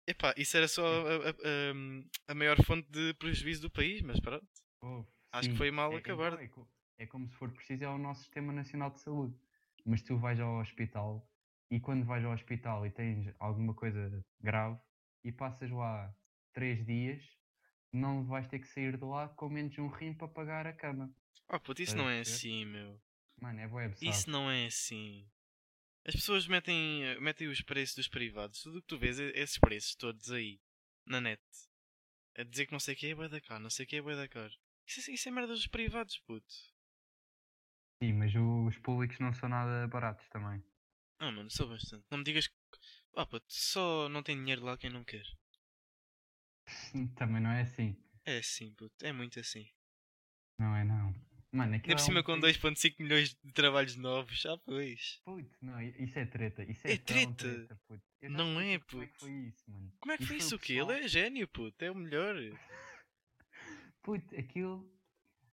Epá, isso era só a, a- a- um, a maior fonte de prejuízo do país, mas pronto. Oh, Acho que sim, foi mal é- acabar. então É, co- é como se for preciso, é o nosso Sistema Nacional de Saúde. Mas tu vais ao hospital e quando vais ao hospital e tens alguma coisa grave e passas lá três dias, não vais ter que sair de lá com menos de um rim para pagar a cama. Oh puto, isso Estás a não é perceber? assim, meu. Mano, é web, Isso não é assim. As pessoas metem, eh, metem os preços dos privados. Tudo o que tu vês, é esses preços todos aí, na net. A dizer que não sei o que é boi da cara, não sei o que é boi da cara. Isso, isso é merda dos privados, puto. Sim, mas os públicos não são nada baratos também. Ah, mano, sou bastante. Não me digas que. Ah, puto, só não tem dinheiro lá quem não quer. também não é assim. É assim, puto, é muito assim. Não é não. Mano, aquilo Ainda por é cima um com país- 2.5 milhões de trabalhos novos, ah pois. Puto, não, i- isso é treta. Isso é, É tão treta. puto. Eu já Não não sei é, Como é que puto. foi isso, mano? Como é que E foi foi o isso o quê? Ele pessoal- é gênio, puto, é o melhor. Puto, aquilo,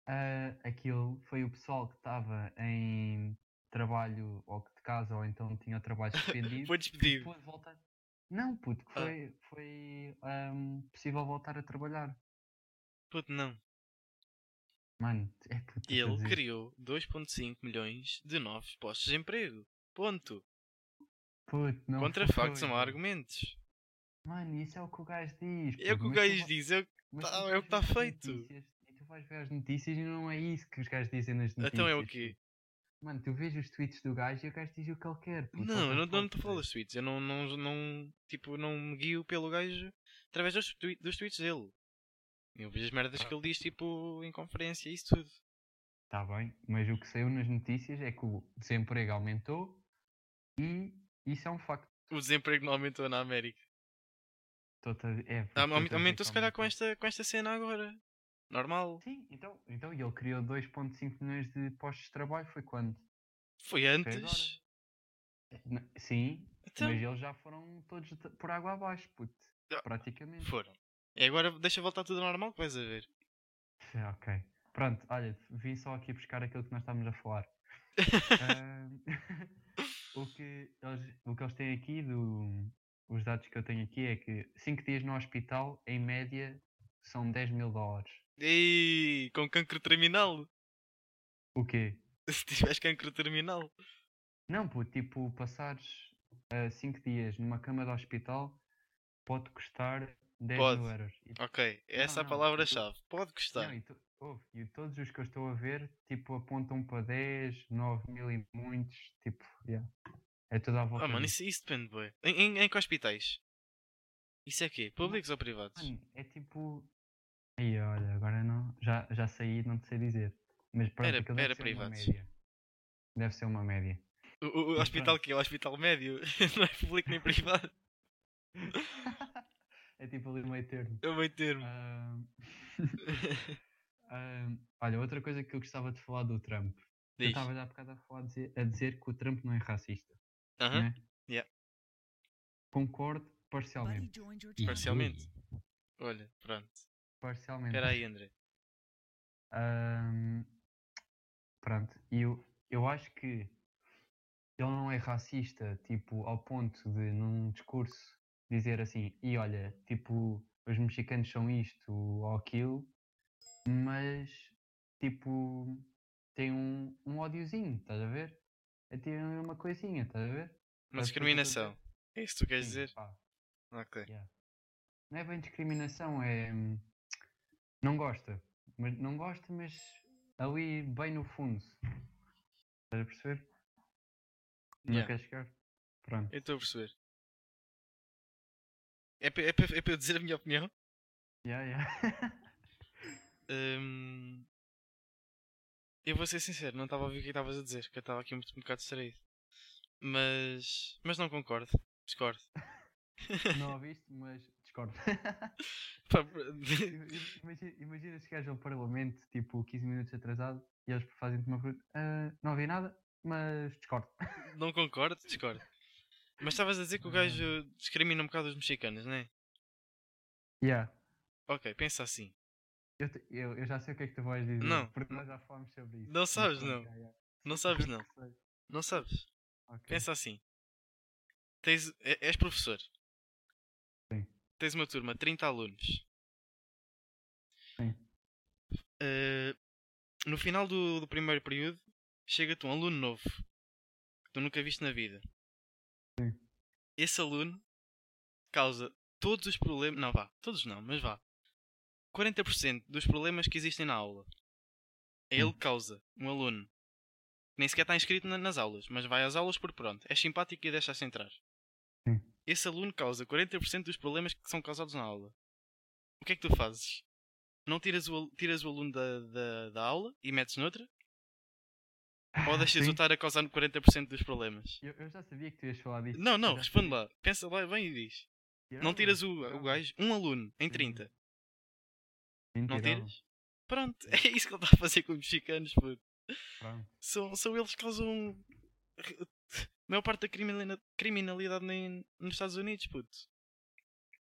ah, aquilo foi o pessoal que estava em trabalho ou que de casa ou então tinha o trabalho suspendido. Foi e despedido. depois voltar. Não, puto, que Ah. foi, foi ahm, possível voltar a trabalhar. Puto, não. Mano, é puto. eu estou a Ele dizer. criou 2.5 milhões de novos postos de emprego. Ponto. Puto, não Contra foi. factos um não é há argumentos. Mano, isso é o que o gajo diz. É o puto, mas que o tu gajo vai- diz. Eu... mas tu tá- é o vais que tá ver as feito. notícias E tu vais ver as notícias e não é isso que os gajos dizem nas notícias. Então é o quê? puto. Mano, tu vês os tweets do gajo e o gajo diz o que ele quer. puto, Não, eu ele não, não te pode falo dizer. dos tweets. Eu não, não, não, tipo, não me guio pelo gajo através dos, twi- dos tweets dele. Eu vejo as merdas que ele diz, tipo, em conferência e isso tudo. Está Tá bem, mas o que saiu nas notícias é que o desemprego aumentou e isso é um facto. O desemprego não aumentou na América. Tô-te a- É, Ah, estou-te a aument- dizer Aumentou que se calhar com aumentou. esta, com esta cena agora. Normal. Sim, então, então e ele criou 2,5 milhões de postos de trabalho, foi quando? Foi antes. Na- Sim, Então, mas eles já foram todos de- por água abaixo, puto. Ah, Praticamente. foram. E agora deixa voltar tudo ao normal que vais a ver. Sim, É, ok. Pronto, olha, vim só aqui buscar aquilo que nós estávamos a falar. Ahm, o, que eles, o que eles têm aqui, do, os dados que eu tenho aqui, é que 5 dias no hospital, em média, são 10 mil dólares. Ei, com cancro terminal. O quê? Se tiveres cancro terminal. Não, pô, tipo, passares 5 dias numa cama de hospital pode custar 10 mil Pode. euros. E- Ok, essa Não, é a não, palavra-chave. Pode gostar. Não, e, to- ouve, e todos os que eu estou a ver, tipo, apontam para 10, 9 mil e muitos, tipo, yeah. é tudo à volta. Ah, mano, disso. isso, isso depende, boi. Em, em, em que hospitais? Isso é quê? Públicos ou privados? Mano, é tipo... Aí, olha, agora não, já, já saí, não te sei dizer. Mas pronto, Era- aquilo deve era ser privados. uma média. Deve ser uma média. O, o- o Mas hospital que é? O hospital médio? não é público nem privado. é tipo ali meio termo. É o meio termo. Ahm, Ah, Ahm, olha, outra coisa que eu gostava de falar do Trump. Eu Diz. estava já há bocado a, falar, dizer- a dizer que o Trump não é racista. Aham. né? yeah. Concordo Buddy parcialmente. joined your E channel. Parcialmente. né? Olha, pronto. Parcialmente. Espera aí, André. Ahm, pronto, e eu, eu acho que ele não é racista, tipo, ao ponto de num discurso dizer assim, e olha, tipo, os mexicanos são isto ou aquilo, mas tipo tem um, um ódiozinho, estás a ver? É tipo uma coisinha, estás a ver? Uma Sabes o que é que eu estou a discriminação. É isso que tu queres Sim, dizer? pá, Ok. yeah. Não é bem discriminação, é hum, não gosta. Mas não gosta, mas ali bem no fundo. Estás a perceber? Não Yeah. quer chegar? Pronto. Eu estou a perceber. É para é pa- é pa eu dizer a minha opinião? Yeah, yeah. Hum, Eu vou ser sincero, não estava a ouvir o que estavas a dizer, que eu estava aqui um, um bocado distraído. Mas. Mas não concordo. Discordo. não ouviste, mas discordo. Pá, imagina, imagina chegares ao Parlamento, tipo, 15 minutos atrasado, e eles fazem-te uma pergunta. "Ah, não ouvi nada, mas discordo. não concordo, discordo. Mas estavas a dizer que o gajo discrimina um bocado os mexicanos, não é? Yeah. Ok, pensa assim. Eu, te- eu, eu já sei o que é que tu vais dizer. Não, Porque não- nós já falámos sobre isso. não Mas sabes, pronto, não. yeah, yeah. Não sabes, não. Eu sei. Não sabes. Ok. Pensa assim. Tens, é- és professor. Sim. Tens uma turma, de 30 alunos. Sim. Eh, no final do, do primeiro período, chega-te um aluno novo. Que tu nunca viste na vida. Sim. Esse aluno causa todos os problemas... Não, vá. Todos não, mas vá. 40% dos problemas que existem na aula. É ele que causa. Um aluno nem sequer está inscrito na- nas aulas, mas vai às aulas por pronto. É simpático e deixa-se entrar. Sim. Esse aluno causa 40% dos problemas que são causados na aula. O que é que tu fazes? Não tiras o, al- tiras o aluno da, da, da aula e metes noutra? Ou deixas o Ah, Sim. estar a causar 40% dos problemas? Eu, eu já sabia que tu ias falar disso. Não, não, Eu já responde sabia. lá. Pensa lá bem e diz. Não Uhum. Tirava, tiras o, o tirava. gajo, um aluno, em Sim. 30. Sim, Não tirava. tiras? Pronto, é isso que ele está a fazer com os mexicanos, puto. Pronto. são, são eles que causam um a maior parte da criminalina- criminalidade nem- nos Estados Unidos, puto.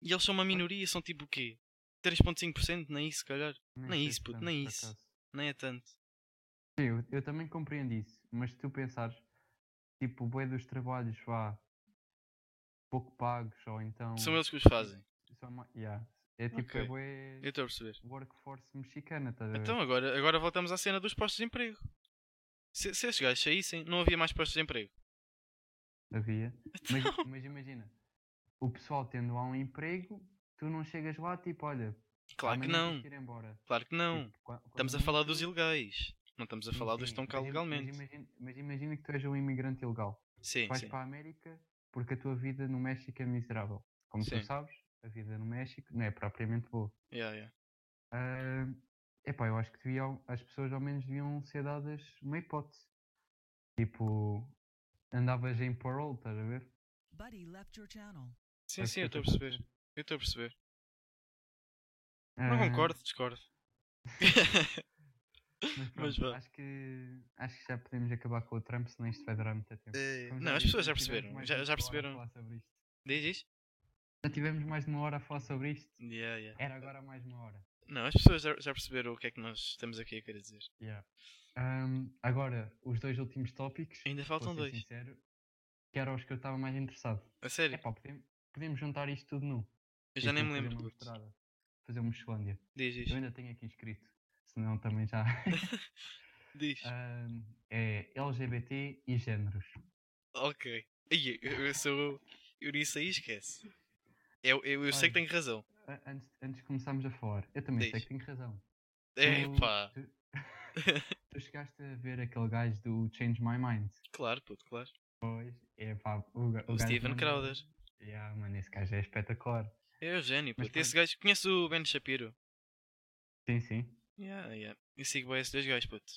E eles são uma minoria, são tipo o quê? 3.5%? Nem isso, se calhar. Nem sei isso, se puto, tanto, nem por isso. acaso. Nem é tanto. Sim, eu, eu também compreendo isso. Mas se tu pensares, tipo, o boi dos trabalhos, vá, pouco pagos, ou então... São eles que os fazem. são ma- yeah. É tipo, Ok. é bué Eu estou a perceber. workforce mexicana, estás a ver? Então agora, agora voltamos à cena dos postos de emprego. Se, se esses gajos saíssem, não havia mais postos de emprego. Havia. Então, Mas, mas imagina, o pessoal tendo lá um emprego, tu não chegas lá, tipo, olha... claro que amanhã tens não. que ir embora. Claro que não. Tipo, qua- Estamos quando a falar muito- dos ilegais. Não estamos a Sim, falar dos que sim, estão cá mas é im- mas legalmente. imagina- Mas imagina que tu és um imigrante ilegal. Sim, Vais sim. para a América porque a tua vida no México é miserável. Como Sim. tu sabes, a vida no México não é propriamente boa. Yeah, yeah. Ah, epá, eu acho que deviam, as pessoas ao menos deviam ser dadas uma hipótese. Tipo, andavas em parole, estás a ver? Buddy left your channel. Sim, É sim, eu que estou a eu tô a perceber. Eu estou a perceber. Ah, Não concordo, discordo. Mas, mas pronto, vá. acho que acho que já podemos acabar com o Trump, senão isto vai durar muito tempo. Eh, Como não, as disse, pessoas já tivemos perceberam, mais já- de já uma hora a perceberam. falar sobre isto. Diz isto? Já tivemos mais de uma hora a falar sobre isto. Yeah, yeah. Era agora mais uma hora. Não, as pessoas já, já perceberam o que é que nós estamos aqui a querer dizer. Ahm, agora, os dois últimos tópicos. Ainda vou faltam ser dois. Sincero, que eram os que eu estava mais interessado. A sério, Epá, podemos, podemos juntar isto tudo nu. eu já Tipo, nem me fazer lembro. uma puto. misturada, Fazer uma Michelândia. Diz Eu isto. ainda tenho aqui escrito. Senão também já. Diz. Ahm, é LGBT e géneros. Ok. Ai, eu, eu sou. Eu nisso aí esquece. Eu, eu, eu sei que Olha. tenho razão. A- Antes, antes de começarmos a falar, eu também sei Diz. É, que tenho razão. Tu- Epá. Tu, tu chegaste a ver aquele gajo do Change My Mind. Claro, puto, claro. Pois, é pá, o, ga- O gajo Steven manda- Crowder. Yeah, mano, esse gajo é espetacular. É o gênio, Mas puto. Esse gajo. Conheço o Ben Shapiro. Sim, sim. Yeah, yeah. Eu sigo bem esses dois gajos, puto.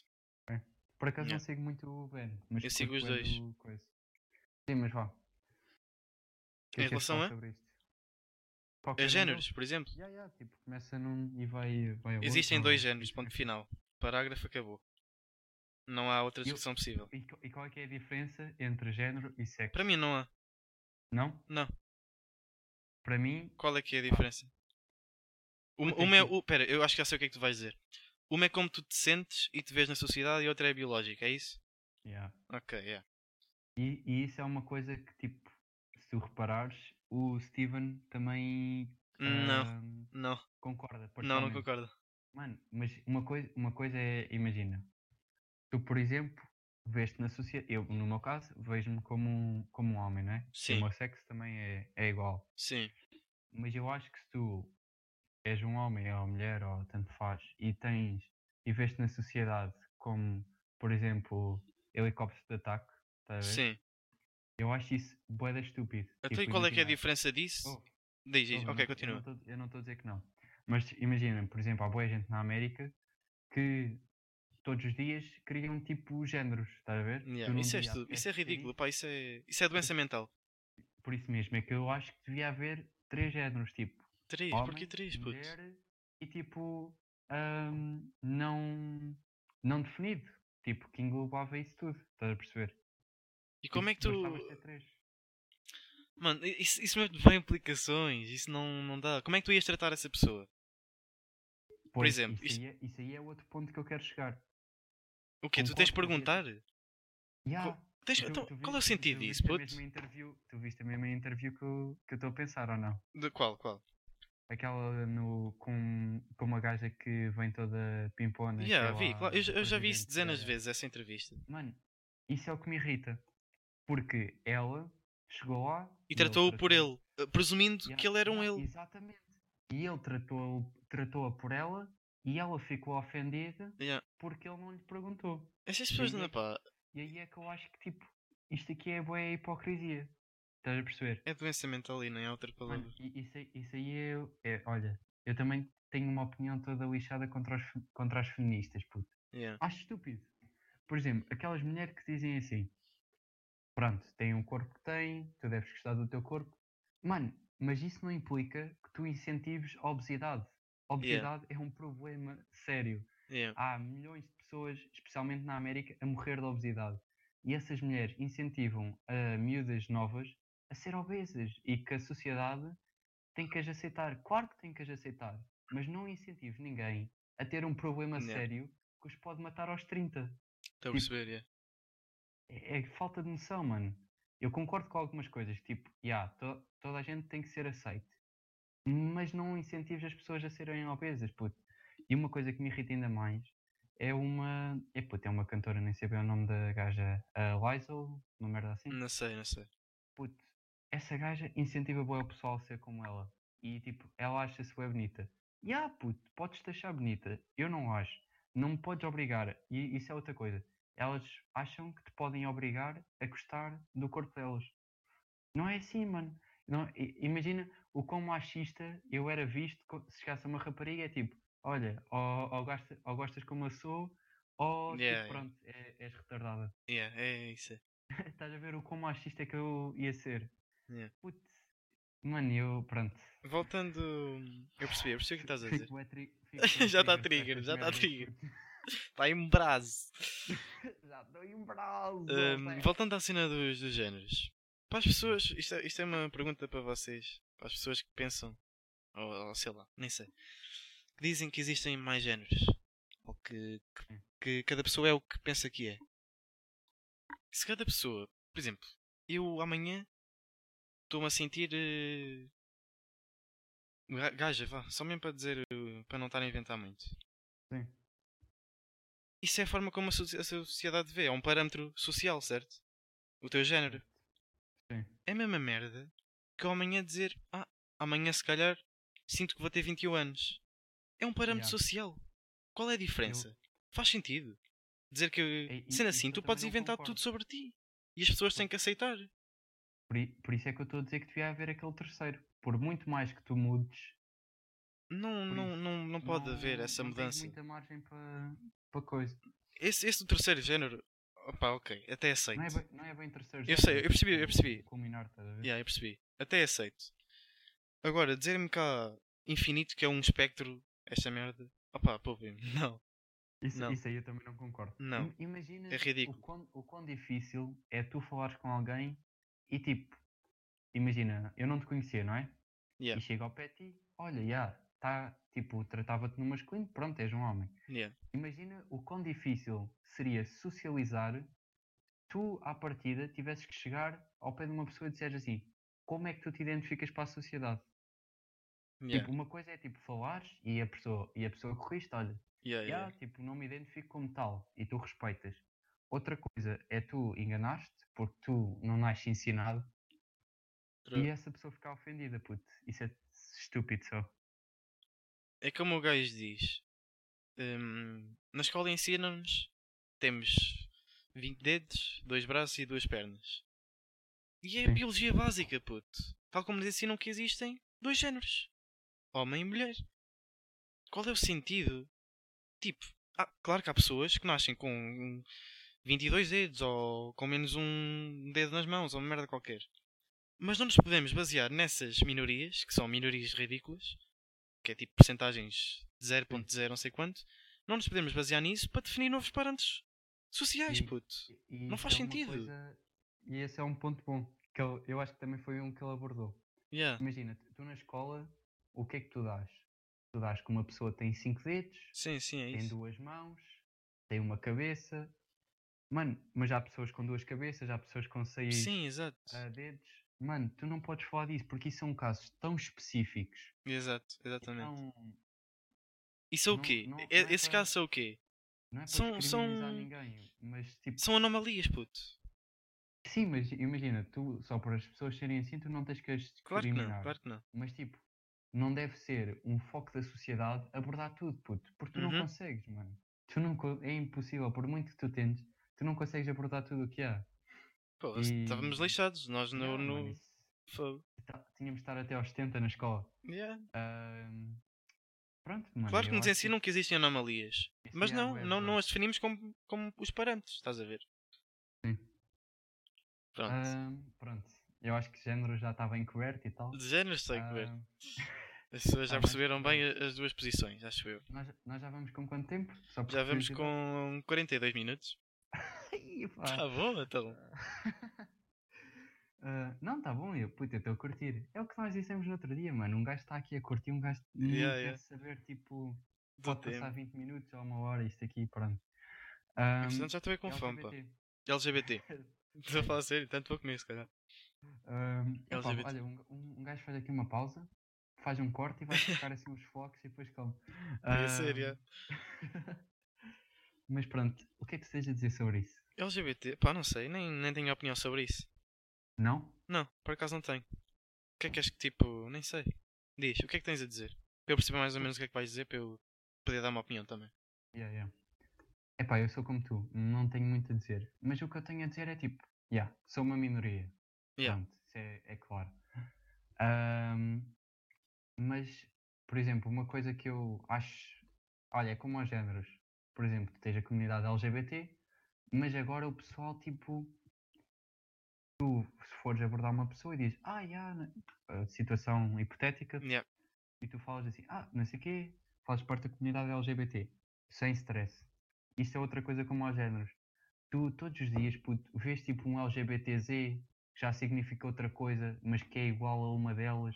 Por acaso Yeah. não sigo muito o Ben, mas Eu sigo curto os bué dois. do coisa. Sim, mas vá. O que é que Em é que relação fala a? sobre isto? qualquer É um géneros, deles. por exemplo. Ya, ya, tipo, começa num e vai, vai ao outro, é? Tipo, Existem ou- dois géneros, ponto final. Parágrafo acabou. Não há outra Eu- discussão possível. E, co- e qual é que é a diferença entre género e sexo? Para mim não há. Não? Não. Para mim, Qual é que é a diferença? Uma, Puta, uma é. que- o- Pera, eu acho que já sei o que é que tu vais dizer. Uma é como tu te sentes e te vês na sociedade e outra é biológica, é isso? ya. Ok, é. E, e isso é uma coisa que, tipo, se tu reparares, o Steven também Não, ahm, não, concorda. não, não parcialmente. concordo. Mano, mas uma coisa, uma coisa é, imagina, tu, por exemplo, vês-te na sociedade, eu, no meu caso, vejo-me como um, como um homem, não é? E Sim. O meu sexo também é, é igual. Sim, Mas eu acho que se tu és um homem ou mulher ou tanto faz e tens e vês-te na sociedade como, por exemplo, helicóptero de ataque, tá a ver? sim. Eu acho isso boeda estúpido. Até Tipo, qual é que é a imagina- diferença disso? Oh, Diz, Oh, diz. eu Ok, não- continua. Eu não estou a dizer que não. Mas imagina, por exemplo, há boa gente na América que todos os dias criam tipo géneros, estás a ver? Tu Yeah, num Isso é dia estu- isso é apetece ser ridículo, isto. pá, isso é. Isso é doença mental. Por isso mesmo, é que eu acho que devia haver três géneros, tipo Três, homem, porquê três, puto? mulher e tipo ahm, não, não definido. Tipo, que englobava isso tudo, estás a perceber? E como é que Bastavas tu. ter três. Mano, i- isso, isso mesmo vai implicações, isso não, não dá. Como é que tu ias tratar essa pessoa? Pois, exemplo, isso, isto- aí é, isso aí é outro ponto que eu quero chegar. O quê? Tu tens de Concordo perguntar? completamente. Yeah. Tens- Tu- então, tu qual é o viste- sentido tu viste disso, a puto? mesma interview- Tu viste a mesma interview que eu que eu estou a pensar, ou não? De qual, qual? Aquela no, com, com uma gaja que vem toda pimpona. que Yeah, é vi, lá claro. Eu, já- eu já vi isso presidente dezenas de da- vezes, essa entrevista. Mano, isso é o que me irrita. Porque ela chegou lá... E tratou-o ele por tratou- ele, eh, presumindo Yeah, que ele era um yeah, ele. Exatamente. E ele tratou- tratou-a por ela e ela ficou ofendida Yeah. porque ele não lhe perguntou. Essas pessoas, Ninguém- não, pá, E aí é que eu acho que, tipo, isto aqui é boa hipocrisia. Estás a perceber? é doença mental e nem há outra palavra. Mano, i- isso, aí- isso aí é, é- Olha, eu também tenho uma opinião toda lixada contra as, fe- contra as feministas, puto. Yeah. Acho estúpido. Por exemplo, aquelas mulheres que dizem assim: Pronto, tem um corpo que tem, tu deves gostar do teu corpo. Mano, mas isso não implica que tu incentives a obesidade. A Obesidade é um problema sério Yeah. há milhões de pessoas, especialmente na América, a morrer de obesidade. E essas mulheres incentivam a miúdas novas a ser obesas e que a sociedade tem que as aceitar. Claro que tem que as aceitar, mas não incentive ninguém a ter um problema Yeah. sério que os pode matar aos 30. tipo, Estou a perceber, yeah. É, é falta de noção, mano. Eu concordo com algumas coisas, tipo, yeah, to- toda a gente tem que ser aceite, mas não incentives as pessoas a serem obesas, puto. E uma coisa que me irrita ainda mais é uma. É puto, é uma cantora, nem sei bem o nome da gaja, a Lizzo, uma merda assim. Não sei, não sei. Puto, essa gaja incentiva bem o pessoal a ser como ela. E tipo, ela acha-se bem bonita. E ah, puto, podes-te achar bonita. Eu não acho. Não me podes obrigar. E isso é outra coisa. Elas acham que te podem obrigar a gostar do corpo delas. Não é assim, mano. Não- i- imagina o quão machista eu era visto co- se chegasse a uma rapariga. É tipo, olha, ou, ou, gasta- ou gostas como eu sou, ou tipo, Yeah, yeah. pronto, é- és retardada. Yeah, é isso. é. Estás a ver o quão machista que eu ia ser. Yeah. Putz. Mano, eu, pronto. Voltando. Eu percebi, eu percebi o que estás a Fico dizer. bué tri- fico bué Já tá trigger trigger, com já tá estas merdas, trigger. Está aí um braço. puto. já dou um braço. Ahm, opa. voltando à cena dos, dos géneros. Para as pessoas, isto é, isto é uma pergunta para vocês. Para as pessoas que pensam, ou, ou sei lá, nem sei, que dizem que existem mais géneros. Ou que, que, que cada pessoa é o que pensa que é. Se cada pessoa, por exemplo, eu amanhã estou-me a sentir. eh, ga- gaja, vá, só mesmo para dizer, eh, para não estar a inventar muito. Sim. Isso é a forma como a soci- a sociedade vê, é um parâmetro social, certo? O teu género. Sim. É a mesma merda que eu amanhã dizer, ah, amanhã se calhar sinto que vou ter 21 anos. É um parâmetro Yeah. social. Qual é a diferença? Faz sentido. Dizer que, E- e- sendo isso assim, eu tu também podes não inventar concordo. tudo sobre ti. E as pessoas têm que aceitar. Por, i- por isso é que eu estou a dizer que devia haver aquele terceiro. Por muito mais que tu mudes. Não, Por não, isso, não, não pode haver essa não mudança. Tens muita margem para para coisa. Esse, esse do terceiro género, opá, ok, até aceito. Não é, bem, não é bem terceiro. Eu já, sei, mas eu percebi, eu tipo, percebi. Culminar, estás a ver? Yeah, eu percebi. Até aceito. Agora, dizer-me cá infinito que é um espectro, esta merda. Opá, poupem-me. Não. Isso, Não. isso aí eu também não concordo. Não. Im- Imagina É ridículo. O, quão, o quão difícil é tu falares com alguém e tipo, imagina, eu não te conhecia, não é? Yeah. E chego ao pé de ti, olha, já, tá, tipo, tratava-te no masculino, pronto, és um homem. Yeah. Imagina o quão difícil seria socializar tu, à partida, tivesses que chegar ao pé de uma pessoa e disseres assim, como é que tu te identificas para a sociedade? Yeah. Tipo, uma coisa é tipo falares e a pessoa, e a pessoa corrige-te, olha, Yeah, Ya, yeah. tipo, não me identifico como tal e tu respeitas. Outra coisa é tu enganaste porque tu não nasces ensinado Tra- e essa pessoa ficar ofendida, puto. Isso é estúpido só. É como o gajo diz. hum, na escola ensinam-nos. Temos 20 dedos, dois braços e duas pernas. E é a Sim. biologia básica, puto. Tal como nos ensinam que existem dois géneros. Homem e mulher. Qual é o sentido? Tipo, ah, claro que há pessoas que nascem com um 22 dedos ou com menos um dedo nas mãos ou uma merda qualquer. Mas não nos podemos basear nessas minorias, que são minorias ridículas, que é tipo porcentagens de 0.0 não sei quanto, não nos podemos basear nisso para definir novos parâmetros sociais, Sim. puto. E- e Não isso faz é uma sentido. coisa- E esse é um ponto bom. Que ele- eu acho que também foi um que ele abordou. Yeah. Imagina, tu- tu na escola, o que é que tu dás? Tu dás que uma pessoa tem cinco dedos, Sim, sim, é tem isso. duas mãos, tem uma cabeça. Mano, mas há pessoas com duas cabeças, há pessoas com seis. Sim, exato. a dedos. Mano, tu não podes falar disso porque isso são casos tão específicos. Exato, exatamente. Então, Isso é o não- quê? não- E- não é Esses para- casos são o quê? não é para São- são, são- ninguém, mas tipo, São anomalias, puto. sim, mas imagina, tu só por as pessoas serem assim, tu não tens que as Claro que discriminar. não, claro que não. Mas tipo, não deve ser um foco da sociedade abordar tudo, puto, porque tu Uhum. não consegues, mano. Tu não, co- é impossível, por muito que tu tentes, tu não consegues abordar tudo o que há. Pô, E- estávamos lixados, nós no. Yeah, mano, no... isso- fogo. tá- tínhamos de estar até aos 70 na escola. Yeah. Ahm, pronto, mano. Claro que eu nos acho ensinam que existem anomalias. isso Mas é não, bué não, não bom. as definimos como, como os parâmetros, estás a ver? Sim. Ah, Pronto. Ahm, pronto. Eu acho que género já estava encoberto e tal. De género sei que ver. Ahm, As pessoas tá já bem, perceberam tá bem bem. a- as duas posições, acho eu. nós, nós já vamos com quanto tempo? Só por Já vamos curiosidade. com 42 minutos. Ai, pá. Tá bom, então. Ah, não, tá bom, eu puto, eu estou a curtir. É o que nós dissemos no outro dia, mano. Um gajo está aqui a curtir, um gajo nem Yeah, quer yeah. saber, tipo, Do pode tempo. passar 20 minutos ou uma hora, isto aqui, pronto. Ahm, é Portanto, já estou aí com fome, pá. LGBT. LGBT. Estou a falar sério, tanto vou comer, se calhar. Ahm, epá, LGBT. olha, um, um- um gajo faz aqui uma pausa, faz um corte e vai buscar assim uns flocos e depois come. É sério, Ahm, é. Mas pronto, o que é que tu tens a dizer sobre isso? LGBT, pá, não sei, nem, nem tenho opinião sobre isso. Não? Não, por acaso não tenho. O que é que és que tipo, nem sei. Diz, o que é que tens a dizer? Para eu perceber mais ou menos o que é que vais dizer, para eu poder dar uma opinião também. Yeah, yeah. Epá, eu sou como tu, não tenho muito a dizer. Mas o que eu tenho a dizer é tipo, yeah, sou uma minoria. Yeah. Pronto, isso é, é claro. Ahm, mas, por exemplo, uma coisa que eu acho. Olha, é como aos géneros. Por exemplo, tens a comunidade LGBT, mas agora o pessoal, tipo. Tu, se fores abordar uma pessoa e dizes, ah, yeah, na- eh, situação hipotética, Yeah. e tu falas assim, ah, não sei o quê, fazes parte da comunidade LGBT, sem stress. Isso é outra coisa como aos géneros. Tu todos os dias puto, vês tipo um LGBTZ que já significa outra coisa, mas que é igual a uma delas.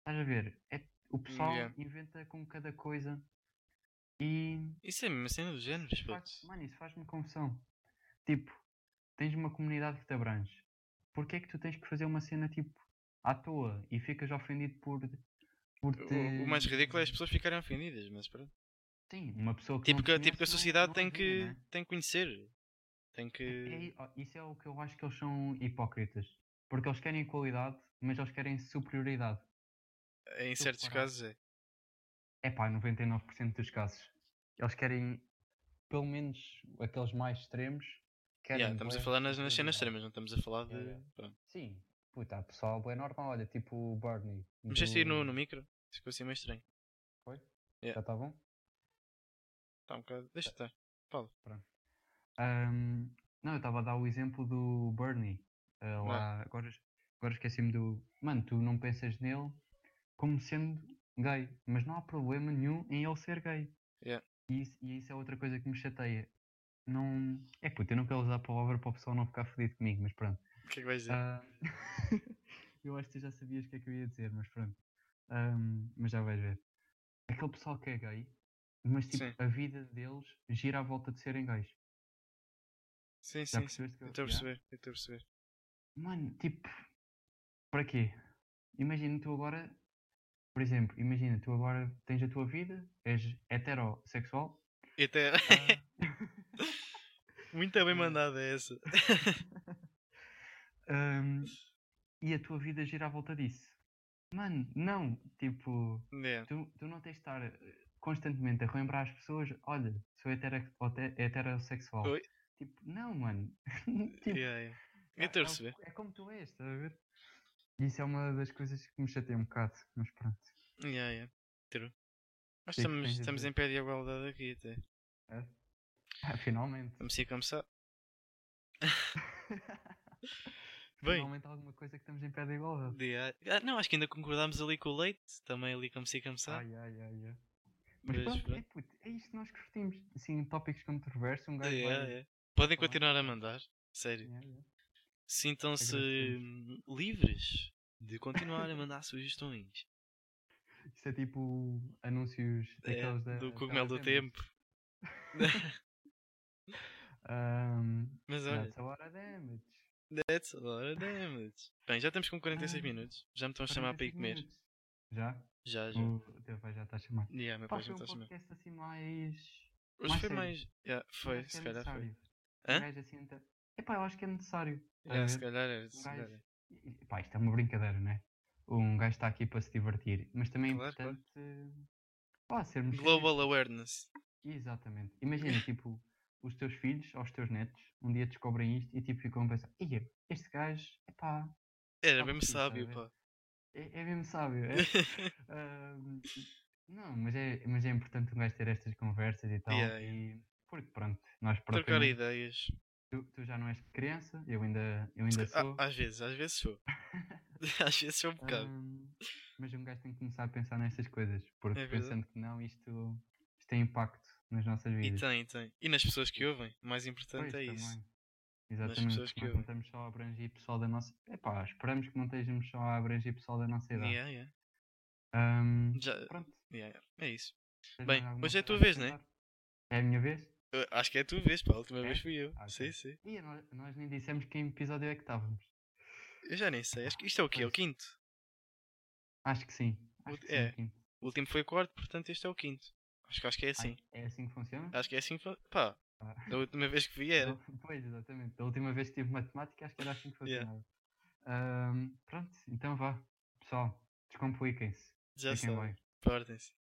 Estás a ver? É, o pessoal Yeah. inventa com cada coisa e Isso é a mesma cena dos géneros, isso faz- puto. mano, isso faz-me confusão. Tipo, tens uma comunidade que te abrange. Porquê é que tu tens que fazer uma cena tipo à toa e ficas ofendido por, por O- te... O, o mais ridículo é as pessoas ficarem ofendidas, mas pronto. Sim, uma pessoa que Tipo não é que, te tipo que a conhece não- sociedade não tem, ajuda, que, não é? tem que conhecer. Tem É que. i- ó, isso é o que eu acho que eles são hipócritas. Porque eles querem qualidade, mas eles querem superioridade. Em tu certos reparar. casos é. É pá, 99% dos casos. Eles querem, pelo menos aqueles mais extremos, querem. Yeah, estamos a bué falar nas, nas superioridade. cenas extremas, não estamos a falar de. Yeah, yeah. Pronto. Sim, puta, há pessoal, é normal, olha, tipo o Bernie. Mexeste aí no, do- no micro? Ficou assim meio estranho. Já está bom? Está um bocado. Deixa estar. Ahm, não, eu estava a dar o exemplo do Bernie. ah, Ah. lá, agora, agora esqueci-me do. Mano, tu não pensas nele como sendo gay, mas não há problema nenhum em ele ser gay. Yeah. E, isso, e isso é outra coisa que me chateia. Não... É puto, eu não quero usar a palavra para o pessoal não ficar fodido comigo, mas pronto. O que é que vais dizer? Ah, eu acho que tu já sabias o que é que eu ia dizer, mas pronto. Ahm, mas já vais ver. Aquele pessoal que é gay, mas tipo, Sim. a vida deles gira à volta de serem gays. sim, Já sim, sim. percebeste o que Eu estou a já? perceber, eu estou a perceber. Mano, tipo, para quê? Imagina tu agora, por exemplo, imagina tu agora tens a tua vida, és heterossexual. E até... ah, Muito bem Hum. mandada é essa. ahm, e a tua vida gira à volta disso. Mano, não, tipo, Yeah. tu, tu não tens de estar eh, constantemente a relembrar as pessoas, olha, sou hetero, ote- heterossexual. Oi. Tipo, não, mano. tipo, Yeah, yeah. Eu é- estou é a o- perceber. É, como tu és, estás a ver? Isso é uma das coisas que me chateia um bocado, mas pronto. Yeah, yeah. True. Nós que é que estamos, tens a estamos dizer? em pé de igualdade aqui até. Ah, finalmente. Vamos ir começar. Bem. Finalmente alguma coisa que estamos em pé de igualdade. De- Ah, não, acho que ainda concordámos ali com o leite. Também ali comecei a começar. Ai, ai, ai, ai. Mas Mas pronto, é, pronto. puto, é isto que nós curtimos. Assim, tópicos controversos, um gajo Yeah, vai... yeah. Podem Vai. continuar a mandar. Sério. Yeah, yeah. Sintam-se Agradecemos. hum, livres de continuar a mandar sugestões. Isso é tipo anúncios É, daqueles da... do cogumelo do telas Emerson. tempo. Ahm, Mas olha, That's a lot of damage. that's a lot of damage. Bem, já estamos com 46 Ah, minutos. Já me estão a chamar para ir 45 comer. minutos. Já? Já, já. O teu pai já está a chamar. Yeah, meu pai Pá, já foi um está a chamar. podcast assim mais... Hoje mais foi sério. mais. Yeah, Eu foi, acho que se é calhar foi. necessário. Hã? Um gajo assim... então- Epá, eu acho que é necessário. Estás a Yeah, se ver? calhar era. Um se gajo- calhar era. Pá, isto é uma brincadeira, não é? Um gajo está aqui para se divertir, mas também é Claro, claro. importante pá, sermos Global awareness. sérios. Exatamente. Imagina, tipo, os teus filhos ou os teus netos um dia descobrem isto e tipo ficam a pensar: "Ia, este gajo, epá, Era Tá mesmo bonito, tá a sábio, ver? pá. é, é mesmo sábio. É? Ahm, não, mas é, mas é importante um gajo ter estas conversas e tal. Yeah, yeah. E, porque pronto, nós Trocar propriamente, ideias. tu, tu já não és criança, eu ainda, eu ainda Ah, sou. Tá às vezes, às vezes sou. às vezes sou um bocado. Ahm, mas um gajo tem que começar a pensar nestas coisas, porque É verdade. pensando que não, isto, isto tem impacto nas nossas E vidas. tem, tem. E nas pessoas que ouvem. O mais Pois, importante é isso. também. Exatamente, pessoas que porque nós não ouvem. estamos só a abranger pessoal da nossa. Epá, esperamos que não estejamos só a abranger pessoal da nossa idade. Yeah, yeah. Ahm, Já, pronto. yeah, yeah. É isso. tens Bem, mais alguma hoje é coisa a tua a vez, né? acrescentar? É a minha vez? Eu acho que é a tua vez, pá. A última É? vez fui eu. Ah, sim, ok. sim. Ih, nós, nós nem dissemos que em episódio é que estávamos. Eu já nem sei. Acho que isto é o quê? É o Pois. quinto? Acho que sim. Acho que sim, É. Quinto. O último foi o quarto, portanto este é o quinto. Acho que, acho que é assim. Ai, é assim que funciona? Acho que é assim. que fa- Pá, Ah. da última vez que vi era. Da- assim, Pois, exatamente. Da última vez que tive matemática, acho que era assim que Yeah. funcionava. Ahm, pronto, então vá. Pessoal, descompliquem-se. Já Fiquem sei. bem. Portem-se.